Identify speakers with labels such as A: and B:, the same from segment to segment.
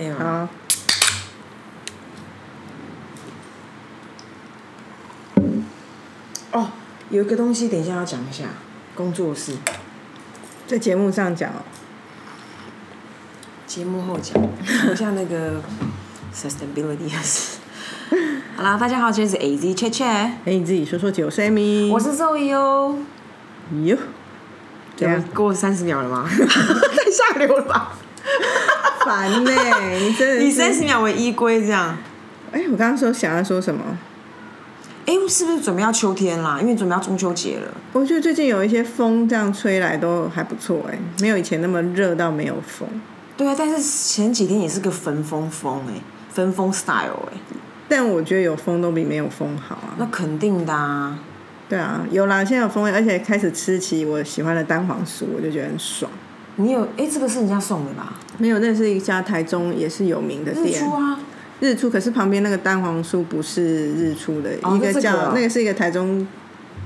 A: 哎好，哦，有一个东西，等一下要讲一下，工作室
B: 在节目上讲哦，
A: 节目后 讲，讲一下那个 sustainability 的事。好啦，大家好，这里是 AZ 切切，
B: 哎，你自己说说酒 Sammy，
A: 我是 Zoe 哦。
B: 哟， 怎
A: 有
B: 样
A: 过三十秒了吗？太啊 下流了吧！
B: 烦 呢、你真的
A: 以
B: 是
A: 三十秒为依归这样。
B: 哎、我刚刚说想要说什么？
A: 哎、是不是准备要秋天啦？因为准备要中秋节了。
B: 我觉得最近有一些风这样吹来都还不错哎、没有以前那么热到没有风，
A: 对啊，但是前几天也是个焚风风哎、焚风 style 哎、
B: 但我觉得有风都比没有风好啊。
A: 那肯定的啊。
B: 对啊，有啦，现在有风味，而且开始吃起我喜欢的蛋黄酥，我就觉得很爽。
A: 你有哎、这个是人家送的吧？
B: 没有，那是一家台中也是有名的
A: 日
B: 店，
A: 出啊，
B: 日出可是旁边那个蛋黄酥不是日出的，
A: 哦
B: 一个
A: 是这个
B: 叫、
A: 哦
B: 那个是一个台中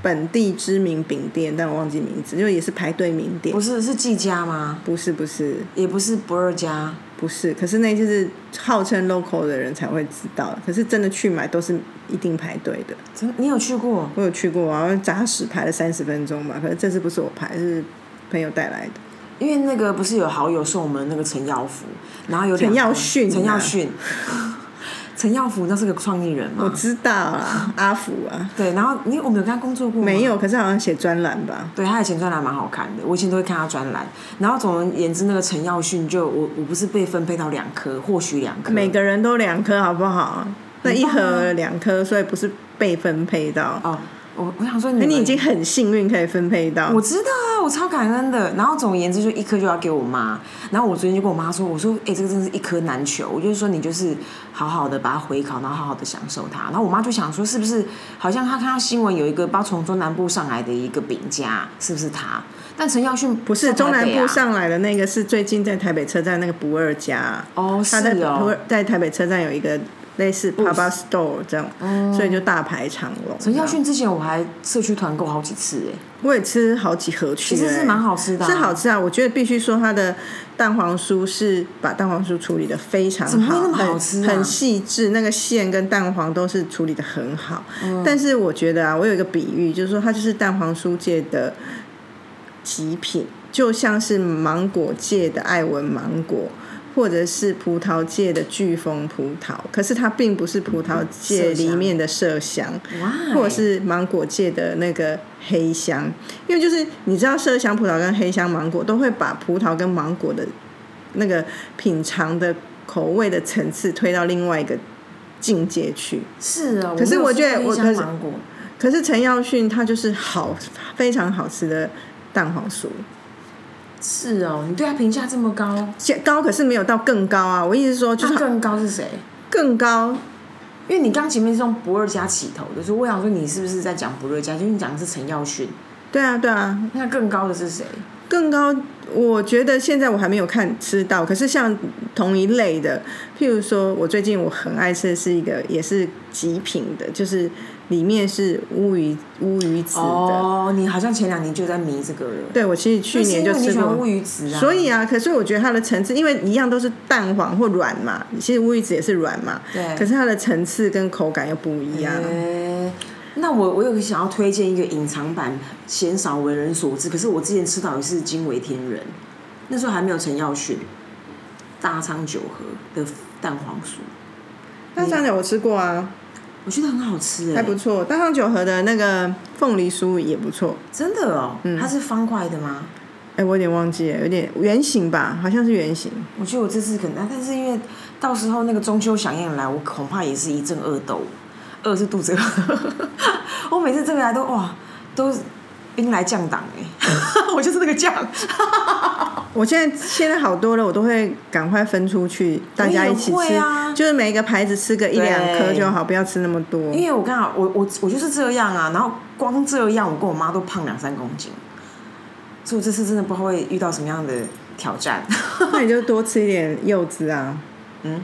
B: 本地知名饼店，但我忘记名字，就也是排队名店
A: 不。是是季家吗？
B: 不是不是
A: 也不是不二家，
B: 不是，可是那就是号称 local 的人才会知道，可是真的去买都是一定排队的。
A: 真你有去过？
B: 我有去过，然后扎实排了三十分钟吧，可是这次不是我排，是朋友带来的。
A: 因为那个不是有好友送我们那个陈耀福，然后有两
B: 陈
A: 个
B: 耀迅啊
A: 陈耀迅，陈耀福那是个创意人
B: 我
A: 嘛？
B: 知道啊，阿福啊，
A: 对，然后你我们有跟他工作过吗？
B: 没有，可是好像写专栏吧？
A: 对他以前专栏蛮好看的，我以前都会看他专栏。然后总而言之，那个陈耀迅就我我不是被分配到两颗，或许两颗，嗯
B: 每个人都两颗，好不好？那一盒两颗，所以不是被分配到。
A: 哦，我我想说你
B: 那
A: 们
B: 你已经很幸运可以分配到
A: 我，知道啊，我超感恩的。然后总而言之，就一颗就要给我妈。然后我昨天就跟我妈说，我说，哎、这个真的是一颗难求。我就说你就是好好的把它回烤，然后好好的享受它。然后我妈就想说，是不是好像她看到新闻有一个包从中南部上来的一个饼家，是不是他？但陈耀迅
B: 不是
A: 在台
B: 中南
A: 北啊
B: 部上来的那个，是最近在台北车站那个不二家，
A: 哦，
B: 他在
A: 是
B: 不
A: 哦
B: 二。在台北车站有一个类似 Papa Store 这样，所以就大排长龙。
A: 陈耀迅之前我还社区团购好几次哎、
B: 我也吃好几盒去
A: 其
B: 了欸，
A: 实是蛮好吃的啊、
B: 是好吃啊！我觉得必须说它的蛋黄酥是把蛋黄酥处理的非常
A: 怎么会
B: 好，
A: 那么
B: 很
A: 好吃啊
B: 很细致，那个馅跟蛋黄都是处理的很好。
A: 嗯
B: 但是我觉得啊，我有一个比喻，就是说它就是蛋黄酥界的极品，就像是芒果界的艾文芒果。或者是葡萄界的飓风葡萄，可是它并不是葡萄
A: 麝
B: 界
A: 嗯香
B: 里面的麝香，
A: 哇，
B: 或者是芒果界的那个黑香，因为就是你知道麝香葡萄跟黑香芒果都会把葡萄跟芒果的那个品尝的口味的层次推到另外一个境界去。
A: 是啊。
B: 可是
A: 没有
B: 我觉得
A: 吃过
B: 我
A: 一箱
B: 可是
A: 芒果
B: 可是陈耀迅他就是好非常好吃的蛋黄酥，
A: 是哦，你对他评价这么高，
B: 高可是没有到更高啊。我意思是说就
A: 那
B: 是
A: 更高是谁？
B: 更高
A: 因为你刚前面是用不二家起头的，所以我想说你是不是在讲不二家？就是你讲的是陈耀迅，
B: 对啊对啊，
A: 那更高的是谁？
B: 更高，我觉得现在我还没有看吃到，可是像同一类的，譬如说我最近我很爱吃的是一个也是极品的，就是里面是乌鱼乌鱼子的。
A: 哦，你好像前两年就在迷这个了。
B: 对，我其实去年就
A: 那是因为
B: 吃
A: 你喜欢乌
B: 过。
A: 鱼子啊，
B: 所以啊，可是我觉得它的层次，因为一样都是蛋黄或软嘛，其实乌鱼子也是软嘛，
A: 对啊嗯
B: 可是它的层次跟口感又不一样。
A: 诶那我我有个想要推荐一个隐藏版，鲜少为人所知，可是我之前吃到也是惊为天人，那时候还没有陈耀迅，大昌九和的蛋黄酥，
B: 大上酒我吃过啊，
A: 我觉得很好吃哎、
B: 还不错。大上九和的那个凤梨酥也不错。
A: 真的哦，它是方块的吗？
B: 哎、我有点忘记了，有点圆形吧，好像是圆形。
A: 我觉得我这次可能，啊但是因为到时候那个中秋响宴来，我恐怕也是一阵恶斗，饿是肚子饿。 我每次这个来都哇，都兵来将挡哎， 我就是那个将，
B: 我现在现在好多了，我都会赶快分出去，大家一起
A: 我也
B: 吃，
A: 会啊
B: 就是每一个牌子吃个一
A: 对
B: 两颗就好，不要吃那么多。
A: 因为我刚好我我我就是这样啊，然后光这样，我跟我妈都胖两三公斤，所以我这次真的不知道会遇到什么样的挑战。
B: 那你就多吃一点柚子啊。
A: 嗯，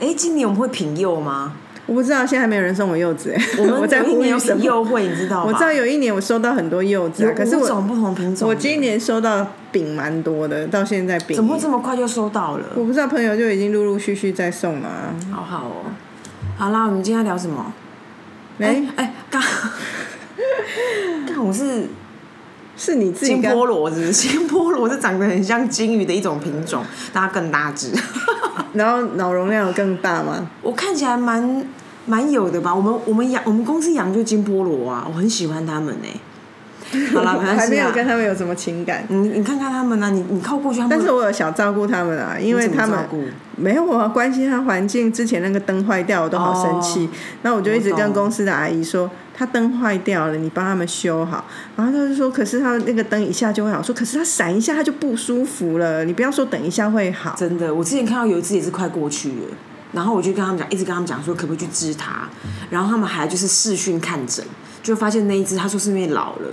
A: 哎，今年我们会品柚吗？
B: 我不知道，现在还没有人送我柚子。哎
A: 我们
B: 我在
A: 有一
B: 呼
A: 年
B: 吁
A: 有
B: 什
A: 品
B: 么？
A: 柚会，你知道吧？
B: 我知道有一年我收到很多柚子、
A: 有
B: 啊，可是
A: 五
B: 我
A: 种不同品种的，
B: 我今年收到饼蛮多的，到现在饼
A: 怎么会这么快就收到了？
B: 我不知道朋友就已经陆陆续续在送了、啊。
A: 好好哦。好啦，我们今天要聊什么？
B: 哎、
A: 哎哎，刚 刚我是
B: 是你自己
A: 金
B: 刚
A: 菠萝，是 不是？金菠萝是长得很像金鱼的一种品种，但它更大只。
B: 然后脑容量有更大吗？
A: 我看起来蛮蛮有的吧？我们我们养我们公司养就金菠萝啊，我很喜欢它们哎、 好啦，
B: 我
A: 反正
B: 还
A: 是
B: 没有
A: 啊
B: 跟，他们有什么情感，
A: 你你看看它们啊，你你靠过去它们，
B: 但是我有小照顾他们啊，因为
A: 你怎么
B: 他们
A: 照顾
B: 没有我关心他环境。之前那个灯坏掉，我都好生气
A: 哦，
B: 那、我就一直
A: 我
B: 跟
A: 懂
B: 公司的阿姨说，他灯坏掉了，你帮他们修好。然后他就说，可是他那个灯一下就会好，我说可是他闪一下他就不舒服了，你不要说等一下会好。
A: 真的，我之前看到有一次也是快过去了，然后我就跟他们讲，一直跟他们讲说可不可以去治它，然后他们还就是视讯看诊，就发现那一只他说是因为老了。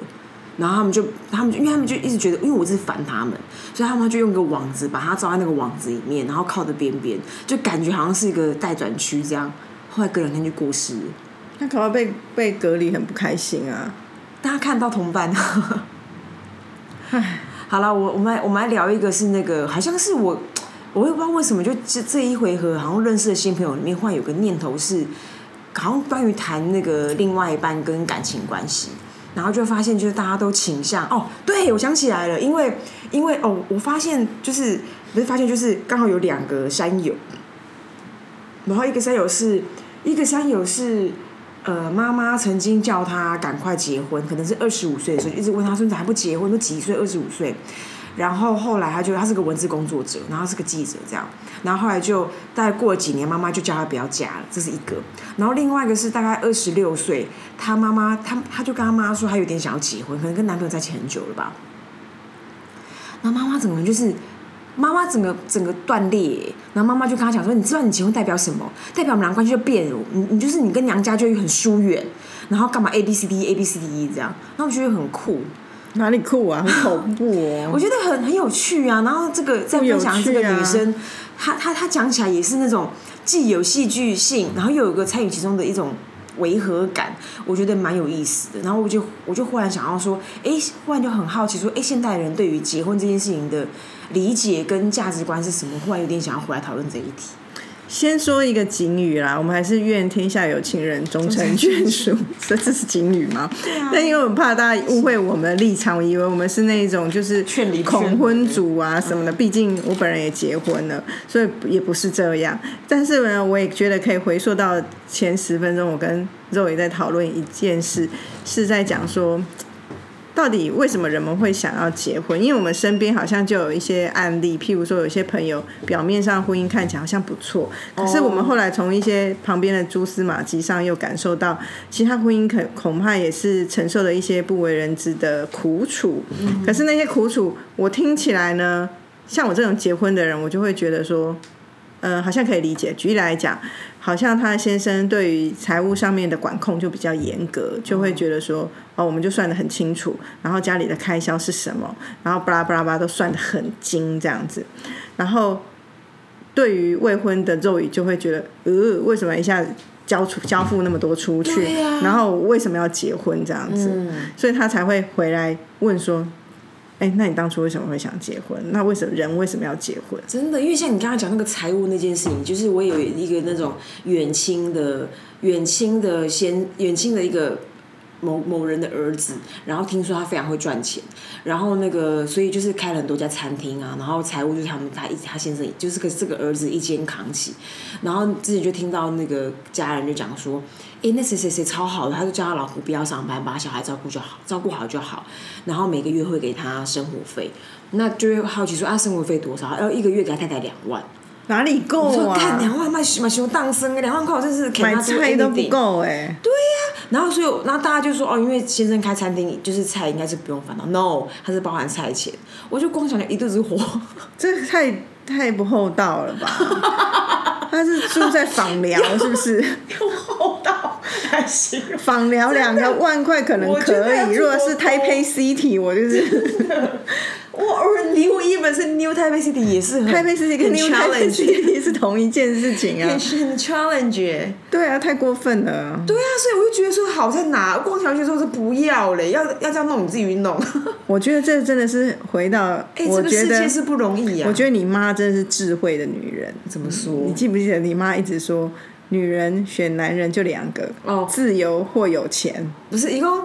A: 然后他们就，他们就，因为他们就一直觉得，因为我是烦他们，所以他们就用个网子把它罩在那个网子里面，然后靠着边边，就感觉好像是一个待转区这样。后来隔两天就过世了，
B: 他可能被被隔离很不开心啊。
A: 大家看到同伴。 好了，我我们来我们来聊一个是那个，好像是我，我也不知道为什么，就这这一回合，好像认识的新朋友里面，忽然有个念头是，好像关于谈那个另外一半跟感情关系，然后就发现就是大家都倾向哦，对我想起来了，因为因为哦，我发现就是不是发现就是刚好有两个山友，然后一个山友是一个山友是。呃，妈妈曾经叫他赶快结婚，可能是二十五岁的时候，就一直问他说：“你嗯咋还不结婚？都几岁？二十五岁？”然后后来他就他是个文字工作者，然后是个记者这样，然后后来就大概过了几年，妈妈就叫他不要嫁了，这是一个。然后另外一个是大概二十六岁，他妈妈他他就跟他妈说他有点想要结婚，可能跟男朋友在一起很久了吧。然后妈妈整个人就是。妈妈整个整个断裂，然后妈妈就跟他讲说：“你知道你结婚代表什么？代表我们俩关系就变了，你你就是你跟娘家就会很疏远，然后干嘛 A B C D A B C D E 这样。”那我觉得很酷，
B: 哪里酷啊，很恐怖
A: 我
B: 哦！
A: 觉得很很有趣啊。然后这个在分享这个女生，她她她讲起来也是那种既有戏剧性，然后又有个参与其中的一种违和感，我觉得蛮有意思的。然后我就我就忽然想要说，哎，忽然就很好奇说，哎，现代人对于结婚这件事情的理解跟价值观是什么？忽然有点想要回来讨论这一题。
B: 先说一个警语啦，我们还是愿天下有情人终成眷属，这这是警语吗？但因为我怕大家误会我们的立场，我以为我们是那一种就是
A: 劝离不劝
B: 恐婚族啊什么的。毕竟我本人也结婚了，所以也不是这样。但是呢，我也觉得可以回溯到前十分钟，我跟肉也在讨论一件事，是在讲说。到底为什么人们会想要结婚？因为我们身边好像就有一些案例，譬如说有些朋友表面上婚姻看起来好像不错，可是我们后来从一些旁边的蛛丝马迹上又感受到，其实他婚姻可恐怕也是承受了一些不为人知的苦楚。可是那些苦楚，我听起来呢，像我这种结婚的人，我就会觉得说，呃，好像可以理解。举例来讲，好像她的先生对于财务上面的管控就比较严格，就会觉得说，哦，我们就算得很清楚，然后家里的开销是什么，然后巴拉巴拉巴拉都算得很精这样子。然后对于未婚的咒语就会觉得，呃，为什么一下交出交付那么多出去？
A: 对呀
B: 然后我为什么要结婚这样子？所以他才会回来问说。哎，那你当初为什么会想结婚？那为什么人为什么要结婚？
A: 真的，因为像你刚刚讲那个财务那件事情，就是我有一个那种远亲的远亲的先远亲的一个某某人的儿子，然后听说他非常会赚钱，然后那个所以就是开了很多家餐厅啊，然后财务就是他们他一他先生就是个这个儿子一肩扛起，然后自己就听到那个家人就讲说，诶，那谁谁谁超好的，他就叫他老婆不要上班，把小孩照顾就好，照顾好就好，然后每个月会给他生活费，那就会好奇说啊，生活费多少？要一个月给他太太两万，
B: 哪里
A: 我
B: 够
A: 说
B: 啊？
A: 看两万卖买熊当生，两万块我真是给
B: 买
A: 他
B: 菜都不。够哎、
A: 然后所以我，然后大家就说哦，因为先生开餐厅，就是菜应该是不用烦恼。No，它是包含菜钱。我就光想着一肚 子火，
B: 这太太不厚道了吧？ 他是住在访寮是 不是？
A: 用厚道来形容。
B: 访寮两个万块可能
A: 我觉
B: 可
A: 得要
B: 以，
A: 住
B: 如果
A: 多
B: 是
A: 多
B: Taipei City，我就是
A: 我偶尔 New even 是 New Taipei City 也是很
B: Taipei City 跟
A: 很
B: New Taipei
A: challenge。
B: City 是同一件事情啊
A: 很。很 challenge。
B: 对啊，太过分了。
A: 对啊，所以我就觉得说好在哪，逛小学之后是不要嘞，要要这样弄你自己弄。
B: 我觉得这真的是回到，
A: 哎、
B: 我
A: 这个
B: 觉
A: 世
B: 得
A: 界是不容易呀、啊
B: 我觉得你妈真的是智慧的女人。
A: 得怎么说？
B: 你记不记得你妈一直说，女人选男人就两个，
A: 哦
B: 自由或有钱。
A: 不是一共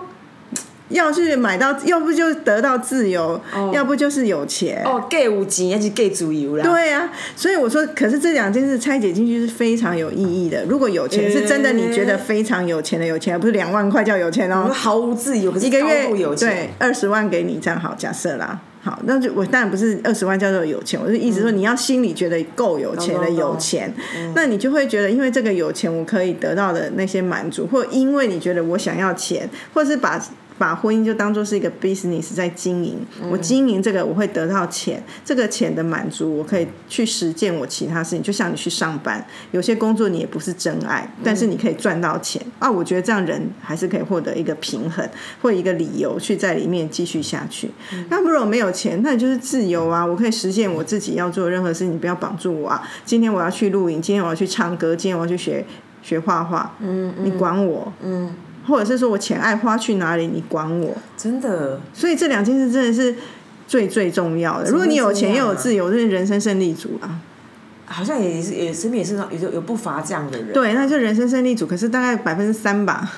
B: 要是买到，要不就得到自由，
A: 哦
B: 要不就是有钱。
A: 哦 gay 五级，还是 gay 足油啦。
B: 对啊，所以我说，可是这两件事拆解进去是非常有意义的。如果有钱是真的，你觉得非常有钱的有钱，而不是两万块叫有钱
A: 我
B: 哦
A: 们。毫无自由，可是
B: 一个
A: 高度有
B: 月对
A: 钱。
B: 二十万给你，这样好，假设啦。好，那就我当然不是二十万叫做有钱，我是意思
A: 嗯
B: 说你要心里觉得够有钱
A: 懂
B: 的
A: 懂懂
B: 有钱，
A: 嗯
B: 那你就会觉得因为这个有钱，我可以得到的那些满足，或因为你觉得我想要钱，或是把把婚姻就当做是一个 business 在经营，
A: 嗯
B: 我经营这个我会得到钱，这个钱的满足我可以去实践我其他事情，就像你去上班，有些工作你也不是真爱，但
A: 嗯
B: 是你可以赚到钱、啊，我觉得这样人还是可以获得一个平衡或一个理由去在里面继续下去。那如果没有钱，那你就是自由啊，我可以实现我自己要做任何事情，你不要绑住我啊。今天我要去露营，今天我要去唱歌，今天我要去学学画画，嗯，你管我，
A: 嗯，
B: 或者是说我钱爱花去哪里，你管我。
A: 真的，
B: 所以这两件事真的是最最重要的。如果你有钱
A: 怎么会这样啊
B: 又有自由，就是人生胜利组啊。
A: 好像也是也身边也是有有有不乏这样的人，
B: 对，啊那就人生胜利组，可是大概百分之三吧，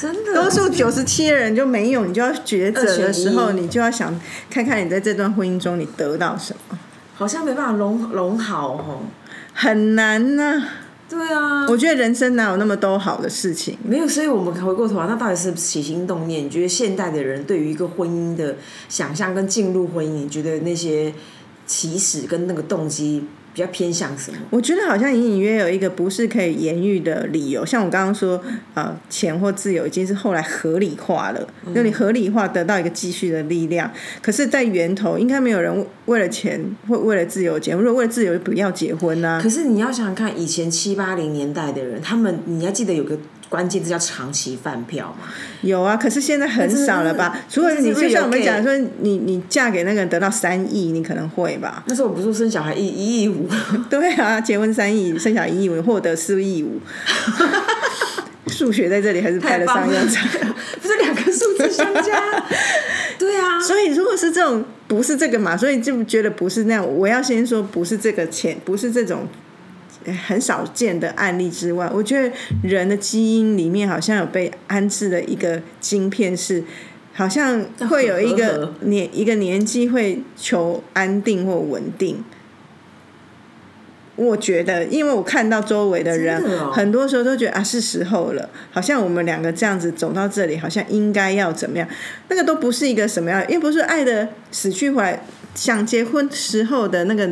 A: 真的
B: 多数九十七的人就没有，你就要抉择的时候，
A: 二选一
B: 你就要想看看你在这段婚姻中你得到什么，
A: 好像没办法融融好哦。
B: 很难呐、
A: 对啊，
B: 我觉得人生哪有那么多好的事情？
A: 没有，所以我们回过头来，那到底是起心动念？你觉得现代的人对于一个婚姻的想象跟进入婚姻，你觉得那些起始跟那个动机比较偏向什么？
B: 我觉得好像隐隐约有一个不是可以言喻的理由，像我刚刚说，呃，钱或自由已经是后来合理化了，
A: 嗯
B: 就你合理化得到一个继续的力量。可是，在源头应该没有人为了钱或为了自由结婚，如果为了自由就不要结婚啊呐、
A: 可是你要想想看，以前七八零年代的人，他们你要记得有个关键字叫长期饭票 嘛。
B: 有啊，可是现在很少了吧？
A: 这
B: 除
A: 个
B: 了
A: 是
B: 你
A: 这个
B: 就是像我们
A: gay
B: 讲说，你你嫁给那个人得到三亿，你可能会吧？
A: 那时候我不是说生小孩一一亿五，
B: 对啊，结婚三亿，生小一亿五，获得四亿五。 数学在这里还是派
A: 太
B: 得
A: 棒
B: 上
A: 了
B: 用场。，
A: 不是两个数字相加？ 对啊，
B: 所以如果是这种不是这个嘛，所以就觉得不是那样。我要先说不是这个钱，不是这种呃很少见的案例之外，我觉得人的基因里面好像有被安置了一个晶片是。好像会有一
A: 要合
B: 个
A: 合
B: 年一个年纪会求安定或稳定，我觉得，因为我看到周围的人，
A: 真的哦
B: 很多时候都觉得啊是时候了，好像我们两个这样子走到这里，好像应该要怎么样？那个都不是一个什么样，又不是爱的死去活来，想结婚时候的那个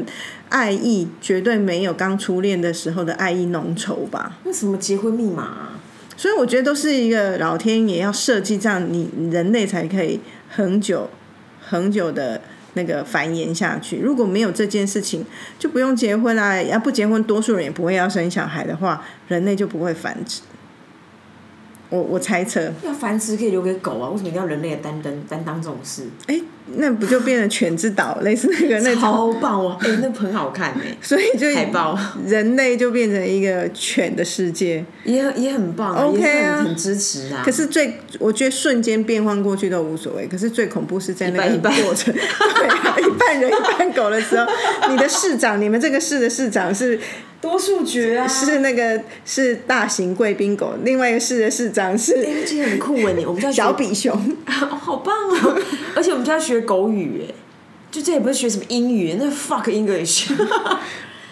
B: 爱意，绝对没有刚初恋的时候的爱意浓稠吧。
A: 那什么结婚密码啊、
B: 所以我觉得都是一个老天爷要设计，这样你人类才可以恒久、恒久的那个繁衍下去。如果没有这件事情，就不用结婚啦、要不结婚，多数人也不会要生小孩的话，人类就不会繁殖。我我猜测，
A: 要繁殖可以留给狗啊，为什么一定要人类来担担担当这种事？
B: 哎、那不就变成犬之岛，类似那个那种，
A: 超棒哦！哎、那很好看哎、
B: 所以就
A: 海报
B: 人类就变成一个犬的世界。
A: 也也很棒、啊
B: OK 啊
A: 也是很很支持啊。
B: 可是最，我觉得瞬间变换过去都无所谓。可是最恐怖是在那
A: 一半一
B: 个
A: 半
B: 过程， 对啊，一半人一半狗的时候，你的市长，你们这个市的市长是
A: 多数决啊，
B: 是那个是大型贵宾狗，另外一个市的市长
A: 哎、
B: 是
A: 而且很酷哎、你我们就要学
B: 小比熊。
A: 哦 好棒哦！而且我们就要学狗语哎、就这也不是学什么英语，那 fuck English，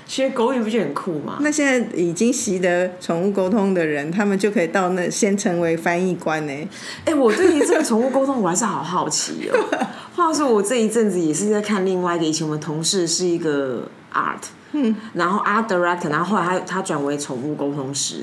A: 学狗语不就很酷吗？
B: 那现在已经习得宠物沟通的人，他们就可以到那先成为翻译官欸呢、
A: 哎、我对于这个宠物沟通，我还是好好奇 哦。话说，我这一阵子也是在看另外一个，以前我们同事是一个 art，嗯，然后 art director，然后后来他他转为宠物沟通师，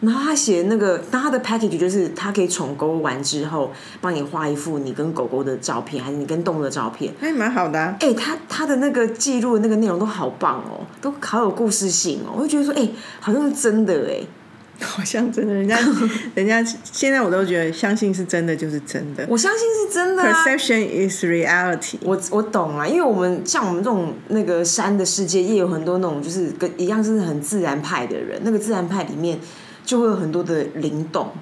A: 然后他写那个，但他的 package 就是他给宠沟完之后，帮你画一幅你跟狗狗的照片，还是你跟动物的照片。
B: 还蛮好的、啊。
A: 哎、他他的那个记录的那个内容都好棒哦，都好有故事性哦，我就觉得说，哎、好像是真的哎。
B: 好像真的，人家人家现在我都觉得相信是真的就是真的
A: 我相信是真的啊。
B: ，perception is reality。
A: 我我懂啦，因为我们像我们这种那个山的世界，也有很多那种就是跟一样是很自然派的人，那个自然派里面就会有很多的灵动，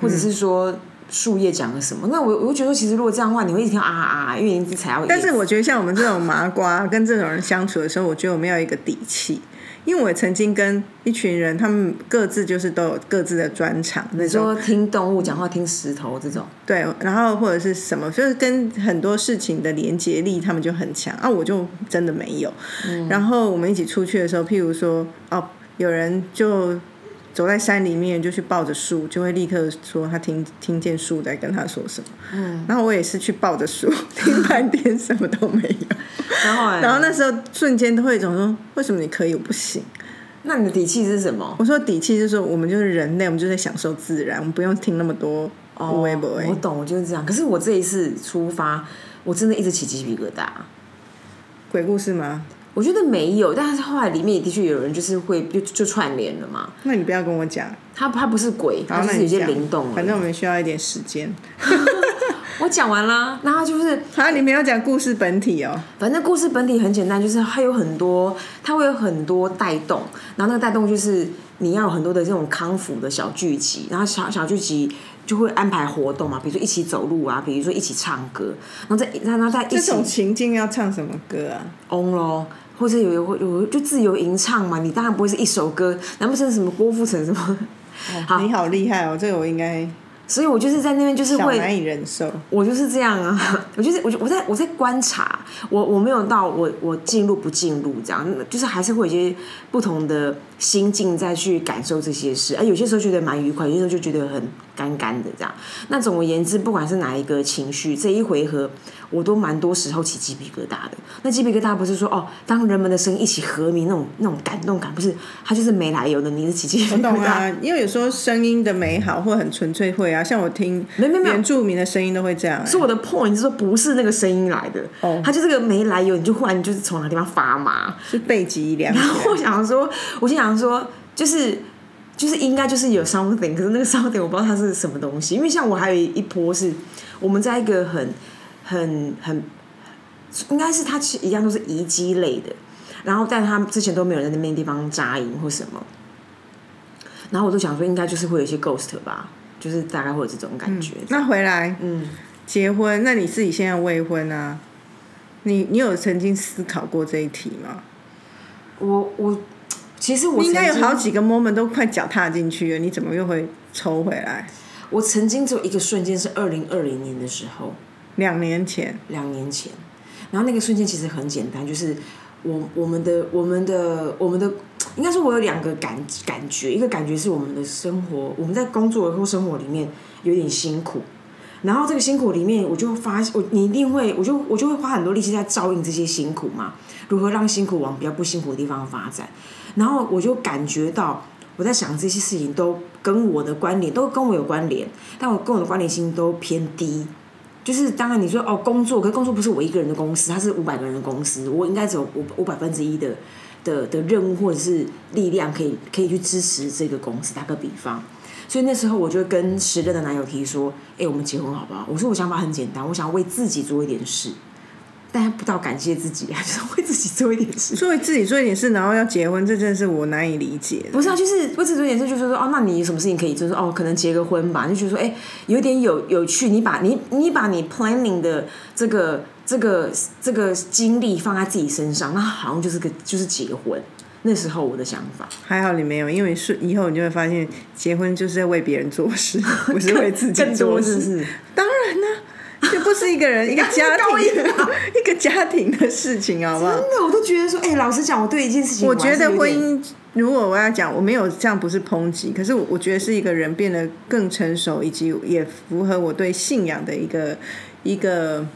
A: 或者是说树叶讲了什么。那我我就觉得其实如果这样的话，你会一直听到啊啊，啊，因为你一直踩到叶子。
B: 但是我觉得像我们这种麻瓜跟这种人相处的时候，我觉得我们要有一个底气，因为我曾经跟一群人，他们各自就是都有各自的专长那
A: 你
B: 种，
A: 说听动物讲话，听石头这种，
B: 对，然后或者是什么，就是跟很多事情的连结力，他们就很强啊，我就真的没有。
A: 嗯
B: 然后我们一起出去的时候，譬如说，哦，有人就。走在山里面，就去抱着树，就会立刻说他听听见树在跟他说什么。嗯，然后我也是去抱着树，听半天什么都没有。
A: 然后
B: 然
A: 然
B: 后那时候瞬间都会有一种说，为什么你可以我不行？
A: 那你的底气是什么？
B: 我说底气就是说，我们就是人类，我们就在享受自然，我们不用听那么多
A: 哦
B: 无微不微
A: 我。懂，我就是这样。可是我这一次出发，我真的一直起鸡皮疙瘩。
B: 鬼故事吗？
A: 我觉得没有，但是后来里面也的确有人就是会就就串联了嘛。
B: 那你不要跟我讲，
A: 他他不是鬼，他
B: 好，
A: 就
B: 那
A: 是
B: 你
A: 有些
B: 讲
A: 灵动
B: 反
A: 了。
B: 正我们需要一点时间。
A: 我讲完啦，那他就是，
B: 好，你没有讲故事本体哦。
A: 反正故事本体很简单，就是它有很多，它会有很多带动，然后那个带动就是你要有很多的这种康复的小剧集，然后小小剧集就会安排活动嘛，啊比如说一起走路啊，比如说一起唱歌，然后再然后再一
B: 这
A: 起
B: 种情境要唱什么歌啊？
A: 嗡咯，或者有有有就自由吟唱嘛，你当然不会是一首歌，难不成是什么郭富城什么？好
B: 你好厉害哦，这个我应该
A: 所以我就是在那边就是
B: 小
A: 会
B: 难以忍受。
A: 我就是这样啊， 我就是我就我在我在观察，我我没有到我我进入不进入这样，就是还是会有一些不同的心境再去感受这些事，啊而有些时候觉得蛮愉快，有些时候就觉得很干干的这样。那总而言之，不管是哪一个情绪，这一回合我都蛮多时候起鸡皮疙瘩的。那鸡皮疙瘩不是说哦，当人们的声音一起和鸣那种那种感动感，不是，它就是没来由的，你是起鸡皮
B: 我
A: 疙
B: 懂
A: 瘩。
B: 啊，因为有时候声音的美好或很纯粹会啊，像我听
A: 没没没有
B: 原住民的声音都会这样、欸。
A: 是我的 point 是说不是那个声音来的，
B: 哦
A: 它就是个没来由，你就忽然就是从哪个地方发麻。
B: 是背脊梁。
A: 然后我想说，我就想说，就是就是应该就是有 something，可是那个 something 我不知道它是什么东西。因为像我还有一波是我们在一个很很很，应该是它其实一样都是遗迹类的，然后但他们之前都没有人在那边地方扎营或什么，然后我都想说应该就是会有一些 ghost 吧，就是大概会有这种感觉。
B: 那回来
A: 嗯
B: 结婚，那你自己现在未婚啊？你你有曾经思考过这一题吗？
A: 嗯我我其实我
B: 你应该有
A: 曾经
B: 好几个 moment 都快脚踏进去了，你怎么又会抽回来？
A: 我曾经只有一个瞬间是二零二零年的时候，
B: 两年前，
A: 两年前，然后那个瞬间其实很简单，就是我我们的我们的我们的，应该说我有两个感感觉，一个感觉是我们的生活，我们在工作或生活里面有点辛苦。然后这个辛苦里面，我就发我你一定会，我就我就会花很多力气在照应这些辛苦嘛，如何让辛苦往比较不辛苦的地方发展。然后我就感觉到我在想这些事情都跟我的关联，都跟我有关联，但我跟我的关联性都偏低。就是当然你说哦，工作，可是工作不是我一个人的公司，它是五百个人的公司，我应该只有我我百分之一的的的任务或者是力量可以可以去支持这个公司。打个比方，所以那时候我就跟时任的男友提说，哎、我们结婚好不好？我说我想法很简单，我想为自己做一点事，但他不到感谢自己，他就是为自己做一点事。
B: 作为自己做一点事，然后要结婚，这真的是我难以理解的。
A: 不是啊，就是为自己做一点事，就是说哦，那你有什么事情可以，就是哦，可能结个婚吧，就觉得说，哎、有点有有趣。你把你你把你 planning 的这个这个这个精力放在自己身上，那好像就是个就是结婚。那时候我的想法，
B: 还好你没有，因为是以后你就会发现，结婚就是在为别人做 事，不是为自己
A: 更
B: 做
A: 多
B: 事。
A: 是不是？
B: 当然啦、这不是一个人一个 家
A: 高音
B: 庭 一个家庭的事情，好不好
A: 真？的，我都觉得说，哎、老实讲，我对一件事情
B: 我
A: 还
B: 觉
A: 是
B: 得
A: 有
B: 婚
A: 点
B: 姻，如果我要讲，我没有这样不是抨击，可是我我觉得是一个人变得更成熟，以及也符合我对信仰的一个一个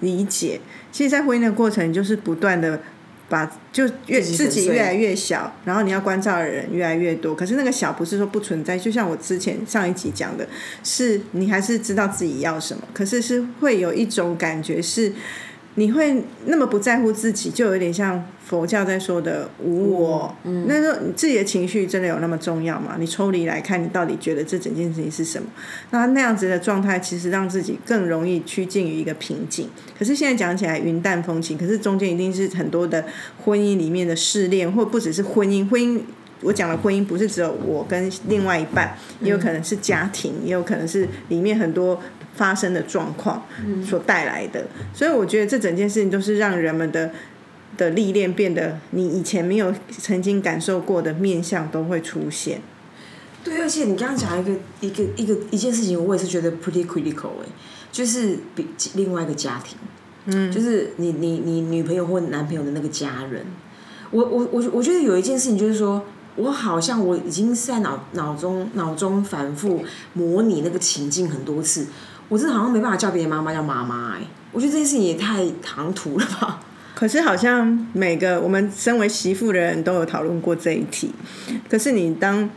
B: 理解。其实，在婚姻的过程，你就是不断的把就越
A: 自己
B: 自
A: 粉
B: 己
A: 碎
B: 越来越小，然后你要关照的人越来越多。可是那个小不是说不存在，就像我之前上一集讲的，是你还是知道自己要什么，可是是会有一种感觉是。你会那么不在乎自己，就有点像佛教在说的无我。嗯，那时候你自己的情绪真的有那么重要吗？你抽离来看，你到底觉得这整件事情是什么？那那样子的状态，其实让自己更容易趋近于一个瓶颈。可是现在讲起来云淡风轻，可是中间一定是很多的婚姻里面的试炼，或不只是婚姻，婚姻。我讲的婚姻不是只有我跟另外一半，也有可能是家庭，也有可能是里面很多发生的状况所带来的。所以我觉得这整件事情都是让人们的的历练变得你以前没有曾经感受过的面相都会出现。
A: 对，而且你刚刚讲一个一个一个一件事情，我也是觉得 pretty critical 哎、就是比另外一个家庭，嗯，就是你你你女朋友或男朋友的那个家人，我我我我觉得有一件事情就是说。我好像我已经是在脑脑中脑中反复模拟那个情境很多次，我真的好像没办法叫别人妈妈叫妈妈哎，我觉得这件事情也太唐突了吧？
B: 可是好像每个我们身为媳妇的人都有讨论过这一题。可是你当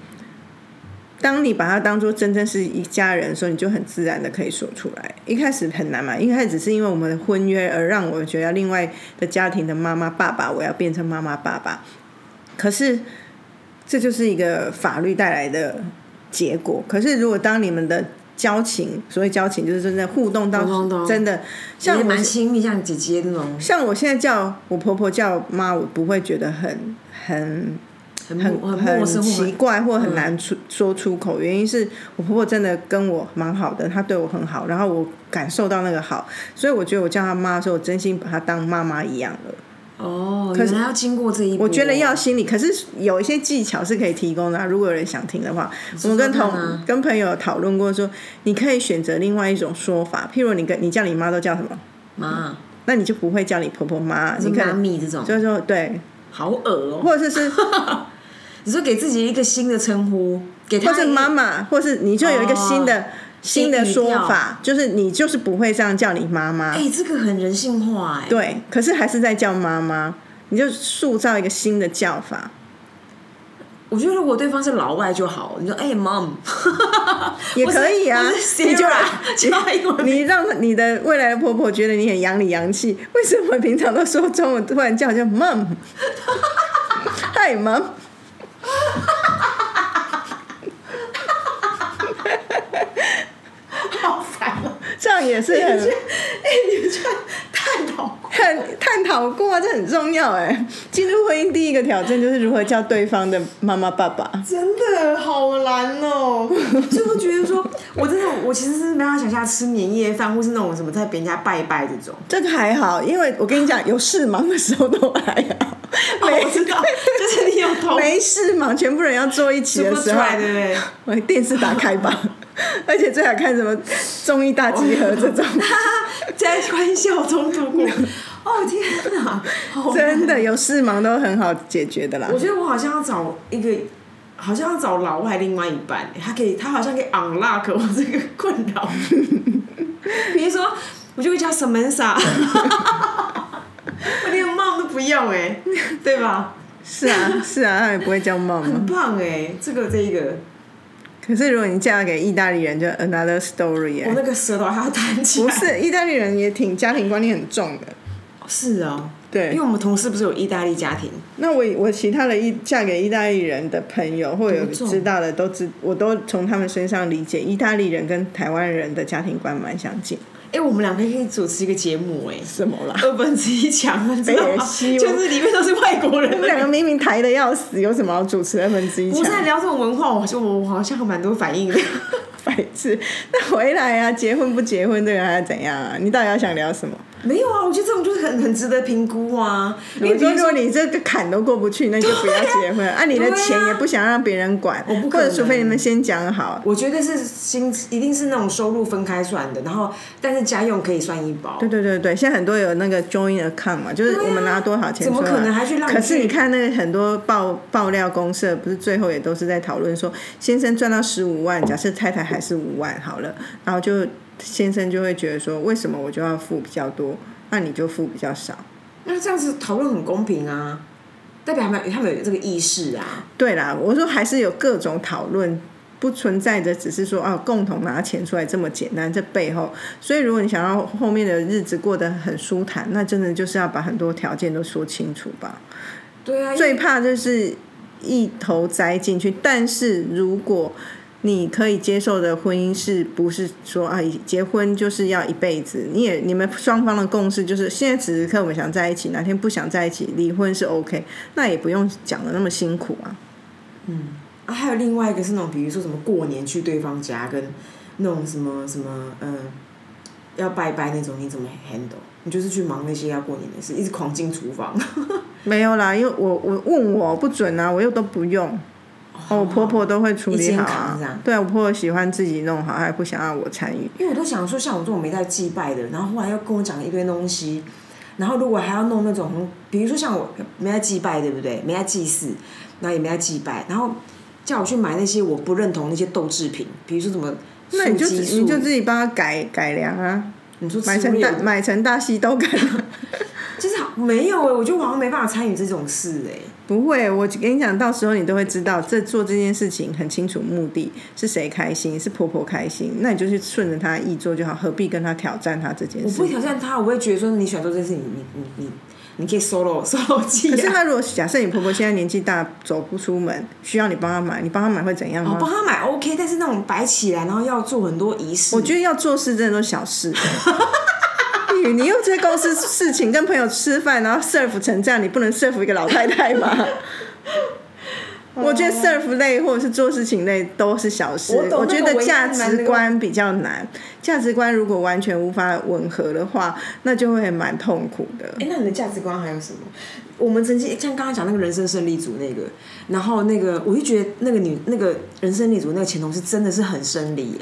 B: 当你把它当做真正是一家人的时候，你就很自然的可以说出来。一开始很难嘛，一开始只是因为我们的婚约而让我觉得另外的家庭的妈妈爸爸，我要变成妈妈爸爸。可是这就是一个法律带来的结果。可是如果当你们的交情，所谓交情就是真的互动
A: 懂懂
B: 到
A: 懂
B: 真的， 像
A: 也
B: 我
A: 蛮亲密，像姐姐那种
B: 像我现在叫我婆婆叫妈，我不会觉得很很
A: 很
B: 很
A: 陌很陌生嗯或
B: 奇
A: 很
B: 怪或很难出、说出口。原因是我婆婆真的跟我蛮好的，她对我很好，然后我感受到那个好，所以我觉得我叫她妈的时候，我真心把她当妈妈一样了。
A: 哦，原来要经过这一步，
B: 我觉得要心理，可是有一些技巧是可以提供的、啊。如果有人想听的话，我
A: 说说
B: 们跟
A: 看啊
B: 同跟朋友讨论过说，你可以选择另外一种说法，譬如你跟你叫你妈都叫什么，
A: 妈，
B: 那你就不会叫你婆婆妈，
A: 是
B: 你可
A: 妈
B: 能
A: 咪这种，
B: 就是说对，
A: 好恶哦、
B: 或 者是。
A: 你说给自己一个新的称呼，给
B: 或
A: 他
B: 是妈妈，或是你就有一个新的、新的
A: 哦新语
B: 说
A: 调
B: 法，就是你就是不会这样叫你妈妈，
A: 哎、这个很人性化哎、
B: 对，可是还是在叫妈妈，你就塑造一个新的叫法。
A: 我觉得如果对方是老外就好，你说哎、mom，
B: 也可以啊
A: 你
B: 你
A: 就
B: 就
A: 叫英文名
B: 你让你的未来的婆婆觉得你很洋里洋气，为什么平常都说中文，突然叫叫 mom？嗨 mom，
A: 好烦哦、
B: 这样也是很
A: 哎、你们这样太懂。
B: 很探讨过啊，这很重要哎。进入婚姻第一个挑战就是如何叫对方的妈妈爸爸。
A: 真的好难 哦、所以我觉得说，我真的我其实是没办法想象吃年夜饭，或是那种什么在别人家拜拜这种。
B: 这个还好，因为我跟你讲，有事忙的时候都还好，
A: 哦，
B: 没、
A: 我知道，就是你有头
B: 没事忙，全部人要坐一起的
A: 说
B: 时
A: 出
B: 候，
A: 来，对不对？
B: 我电视打开吧， 而且最好看什么综艺大集合这 种，
A: 在欢笑中度过。哦天哪，好难
B: 真的有事忙都很好解决的啦
A: 我。觉得我好像要找一个，好像要找老外另外一半，欸他可以，他好像可以 unlock 我这个困扰。 比如说，我就会叫 Samantha，我连 mom 都不要哎、对吧？
B: 是啊，是啊，他也不会叫妈妈
A: 很。棒哎、这个这一个，
B: 可是如果你嫁给意大利人，就 another story
A: 我
B: 哎、
A: 那个舌头还要弹起
B: 不
A: 来。
B: 是，意大利人也挺家庭观念很重的。
A: 是哦，因
B: 对
A: 为，我们同事不是有意大利家庭，
B: 那我我其他的意嫁给意大利人的朋友或有
A: 多重
B: 知道的都知，我都从他们身上理解，意大利人跟台湾人的家庭观蛮相近。
A: 哎、我们两个可以主持一个节目哎、
B: 什么 啦？
A: 二分之一强，你知道
B: 北
A: 吗？
B: 野西
A: 就是里面都是外国
B: 我
A: 人
B: 们。两个明明抬的要死，有什么好主持二分之一
A: 我在
B: 强？
A: 聊这种文化，我就我好像有蛮多反应的。
B: 白痴！那回来啊，结婚不结婚，这个还要怎样啊？你到底要想聊什么？
A: 没有啊，我觉得这种就是很很值得评估啊。因为
B: 我
A: 比
B: 说，
A: 如
B: 如
A: 说
B: 果，你这个坎都过不去，那你就不要结婚。啊，你的
A: 对啊啊
B: 钱也不想让别人管，
A: 我不可
B: 或
A: 能
B: 者除非你们先讲好。
A: 我觉得是薪，一定是那种收入分开算的，然后但是家用可以算一包
B: 对。对对对，现在很多有那个 join account 嘛，就是
A: 对啊
B: 我们拿多少钱
A: 怎
B: 出
A: 么
B: 来，
A: 可能还去浪费
B: 可是你看那个很多爆爆料公社，不是最后也都是在讨论说，先生赚到十五万，假设太太还是五万好了，然后就先生就会觉得说，为什么我就要付比较多，那你就付比较少？
A: 那这样子讨论很公平啊，代表他们他们有这个意识啊。
B: 对啦，我说还是有各种讨论。不存在着只是说啊共同拿钱出来这么简单，这背后，所以如果你想要后面的日子过得很舒坦，那真的就是要把很多条件都说清楚吧。
A: 对啊，
B: 最怕就是一头栽进去。但是如果你可以接受的婚姻是不是说啊，结婚就是要一辈子？你也你们双方的共识就是，现在此时刻我们想在一起，哪天不想在一起，离婚是 OK，那也不用讲的那么辛苦啊。
A: 嗯，啊，还有另外一个是那种，比如说什么过年去对方家，跟那种什么什么，嗯、要拜拜那种，你怎么 handle？你就是去忙那些要过年的事，一直狂进厨房。
B: 没有啦，因为我我问我不准啊，我又都不用。哦，我婆婆都会处
A: 一
B: 理
A: 肩
B: 好
A: 扛这样
B: 啊。对，我婆婆喜欢自己弄好，她也不想让我参与。
A: 因为我都想说，像我这种没在祭拜的，然后后来又跟我讲一堆东西，然后如果还要弄那种很，比如说像我没在祭拜，对不对？没在祭祀，然后也没在祭拜，然后叫我去买那些我不认同那些豆制品，比如说什么
B: 那你就
A: 素
B: 自
A: 鸡素
B: 你就自己帮她改改良啊，
A: 你说
B: 买
A: 吃
B: 成
A: 肉
B: 大，买成大西都改良。
A: 就是好没有哎、我觉得我好像没办法参与这种事哎、
B: 不会，我跟你讲，到时候你都会知道，这做这件事情很清楚目的是谁开心，是婆婆开心，那你就去顺着她意做就好，何必跟她挑战她这件
A: 我
B: 事
A: 不会？啊挑战他，我会觉得说你喜欢做这件事情，你你你你你可以 solo solo
B: 可
A: 记
B: 是
A: 啊，
B: 她如果假设你婆婆现在年纪大，走不出门，需要你帮她买，你帮她买会怎样
A: 我哦
B: 吗？
A: 帮他买 OK，但是那种摆起来，然后要做很多仪式，啊
B: 我觉得要做事真的都是小事。 你你又在公司事情跟朋友吃饭，然后 serve 成这样，你不能 serve 一个老太太 吗？我觉得 serve 类或者是做事情类都是小事，
A: 我懂
B: 觉
A: 那个
B: 得
A: 我一
B: 价
A: 样蛮
B: 值观比较难。价值观如果完全无法吻合的话，那就会蛮痛苦的。
A: 哎、那你的价值观还有什么？我们曾经像刚刚讲那个人生胜利组那个，然后那个我就觉得那个女那个人生胜利组那个前同事真的是很生理耶，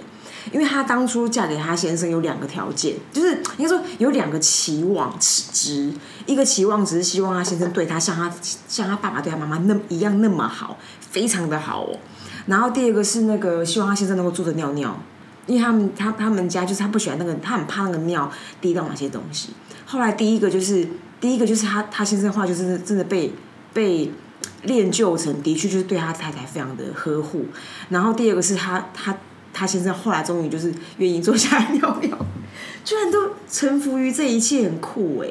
A: 因为她当初嫁给她先生有两个条件，就是应该说有两个期望值，一个期望值是希望她先生对她像她像她爸爸对她妈妈那一样那么好，非常的好哦。然后第二个是那个希望她先生能够坐着尿尿，因为他们他他们家就是他不喜欢那个，他很怕那个尿滴到哪些东西。后来第一个就是第一个就是他他先生的话就是真的被被练就成，的确就是对他太太非常的呵护。然后第二个是他他他先生后来终于就是愿意坐下来尿尿，居然都臣服于这一切，很酷哎、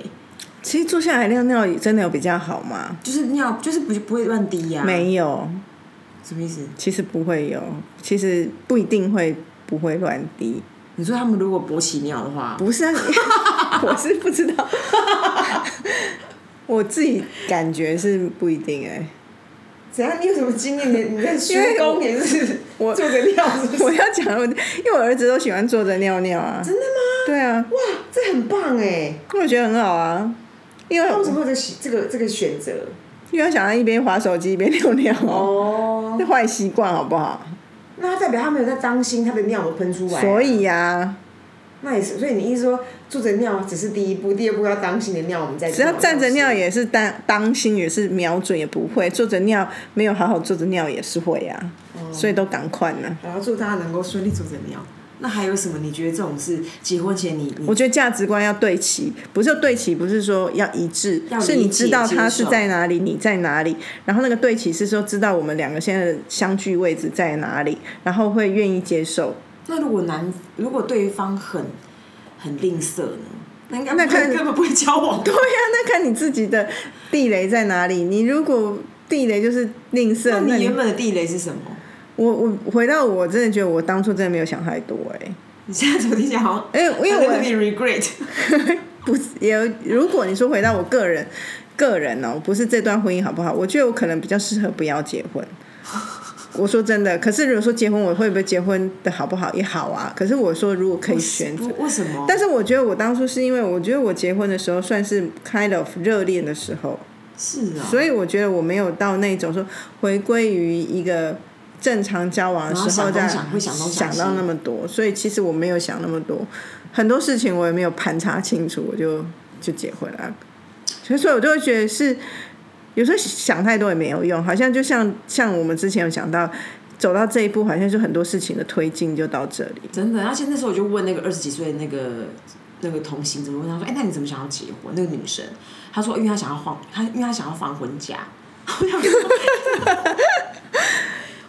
B: 其实坐下来尿尿也真的有比较好吗？
A: 就是尿就是不不会乱滴呀、
B: 没有，
A: 什么意思？
B: 其实不会有，其实不一定会不会乱滴。
A: 你说他们如果勃起尿的话，
B: 不是啊， 你我是不知道，我自己感觉是不一定哎、
A: 怎样？你有什么经验？你你在
B: 因为我
A: 也是
B: 我
A: 坐着尿是不是
B: 我要讲的，因为我儿子都喜欢坐着尿尿啊，
A: 真的吗？
B: 对啊，
A: 哇，这很棒哎！
B: 因为我觉得很好啊，因为
A: 那为什么会有这个这个这个选择？
B: 因为他想要一边划手机一边尿尿，啊
A: 哦，
B: 这坏习惯好不好？
A: 那他代表他没有在当心他的尿有喷出来啊，
B: 所以啊，
A: 那也是，所以你意思说坐着尿只是第一步，第二步要当心的尿，我们再
B: 只要站着尿
A: 啊也
B: 也是当当心，也是瞄准也不会，坐着尿没有好好坐着尿也是会啊，
A: 哦
B: 所以都赶快呢。
A: 然后祝大家能够顺利坐着尿。那还有什么？你觉得这种是结婚前你你
B: 我觉得价值观要对齐，不是对齐，不是说要一致，
A: 要理解
B: 是你知道他是在哪里，你在哪里，然后那个对齐是说知道我们两个现在的相聚位置在哪里，然后会愿意接受。
A: 那如果男如果对方很很吝啬呢？那应该
B: 那看
A: 根本不会交往
B: 对。呀、那看你自己的地雷在哪里。你如果地雷 就是吝啬，
A: 那
B: 那
A: 你
B: 你
A: 原本的地雷是什么？
B: 我我回到我真的觉得我当初真的没有想太多哎、
A: 你现在怎么听起来好像？
B: 哎因为我
A: 有点 regret。
B: 不是也有。如果你说回到我个人个人哦、不是这段婚姻好不好？我觉得我可能比较适合不要结婚。我说真的，可是如果说结婚，我会不会结婚的好不好也好啊。可是我说如果可以选择，
A: 不为什么？
B: 但是我觉得我当初是因为我觉得我结婚的时候算是 kind of 热恋的时候，
A: 是啊，
B: 所以我觉得我没有到那种说回归于一个正常交往的时候
A: 然后
B: 再
A: 想东想会想东想西
B: 到那么多，所以其实我没有想那么多，很多事情我也没有盘查清楚，我就就结婚了，所以所以我就会觉得是有时候想太多也没有用，好像就像像我们之前有讲到。走到这一步，好像就很多事情的推进就到这里。
A: 真的，而且那时候我就问那个二十几岁的那个那个同行者，我问他说：“哎、那你怎么想要结婚？”那个女生，她说：“因为她想要放，她 因为她想要放婚假。”我想说，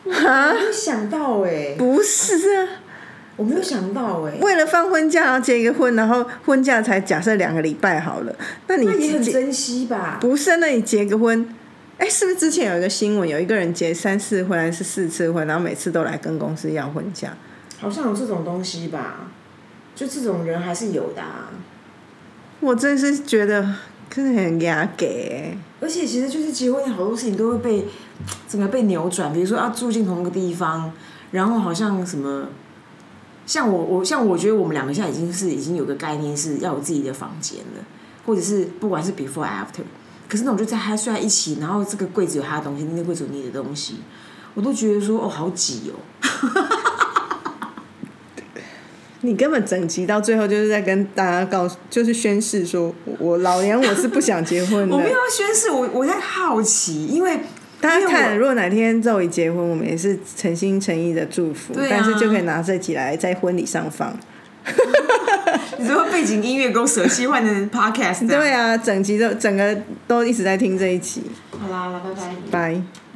A: 我就想到哎、
B: 不是啊，
A: 我没有想到哎、
B: 为了放婚假然后结一个婚，然后婚假才假设两个礼拜好了，那你
A: 那也很
B: 结
A: 珍惜吧？
B: 不是，那你结个婚，哎，是不是之前有一个新闻，有一个人结三次婚还是四次婚，然后每次都来跟公司要婚假？
A: 好像有这种东西吧？就这种人还是有的、啊，
B: 我真是觉得真的很压给、
A: 而且其实就是结婚好多事情都会被怎么被扭转，比如说要住进同一个地方，然后好像什么。像我，我像我觉得我们两个现在已经是已经有个概念是要有自己的房间了，或者是不管是 before after，可是那种就在还睡在一起，然后这个柜子有他的东西，那个柜子有你的东西，我都觉得说哦好挤哦，
B: 你根本整集到最后就是在跟大家告诉，就是宣誓说，我我老娘我是不想结婚
A: 我没有
B: 的。
A: 要宣誓，我我在好奇，因为
B: 大
A: 因
B: 家
A: 为
B: 看，
A: 我
B: 如果哪天周怡结婚，我们也是诚心诚意的祝福，
A: 对啊
B: 但是就可以拿这集来在婚礼上放。
A: 你知道背景音乐给我舍弃换成 podcast，啊
B: 对啊，整集都整个都一直在听这一集。
A: 好啦，好啦，拜拜。
B: 拜。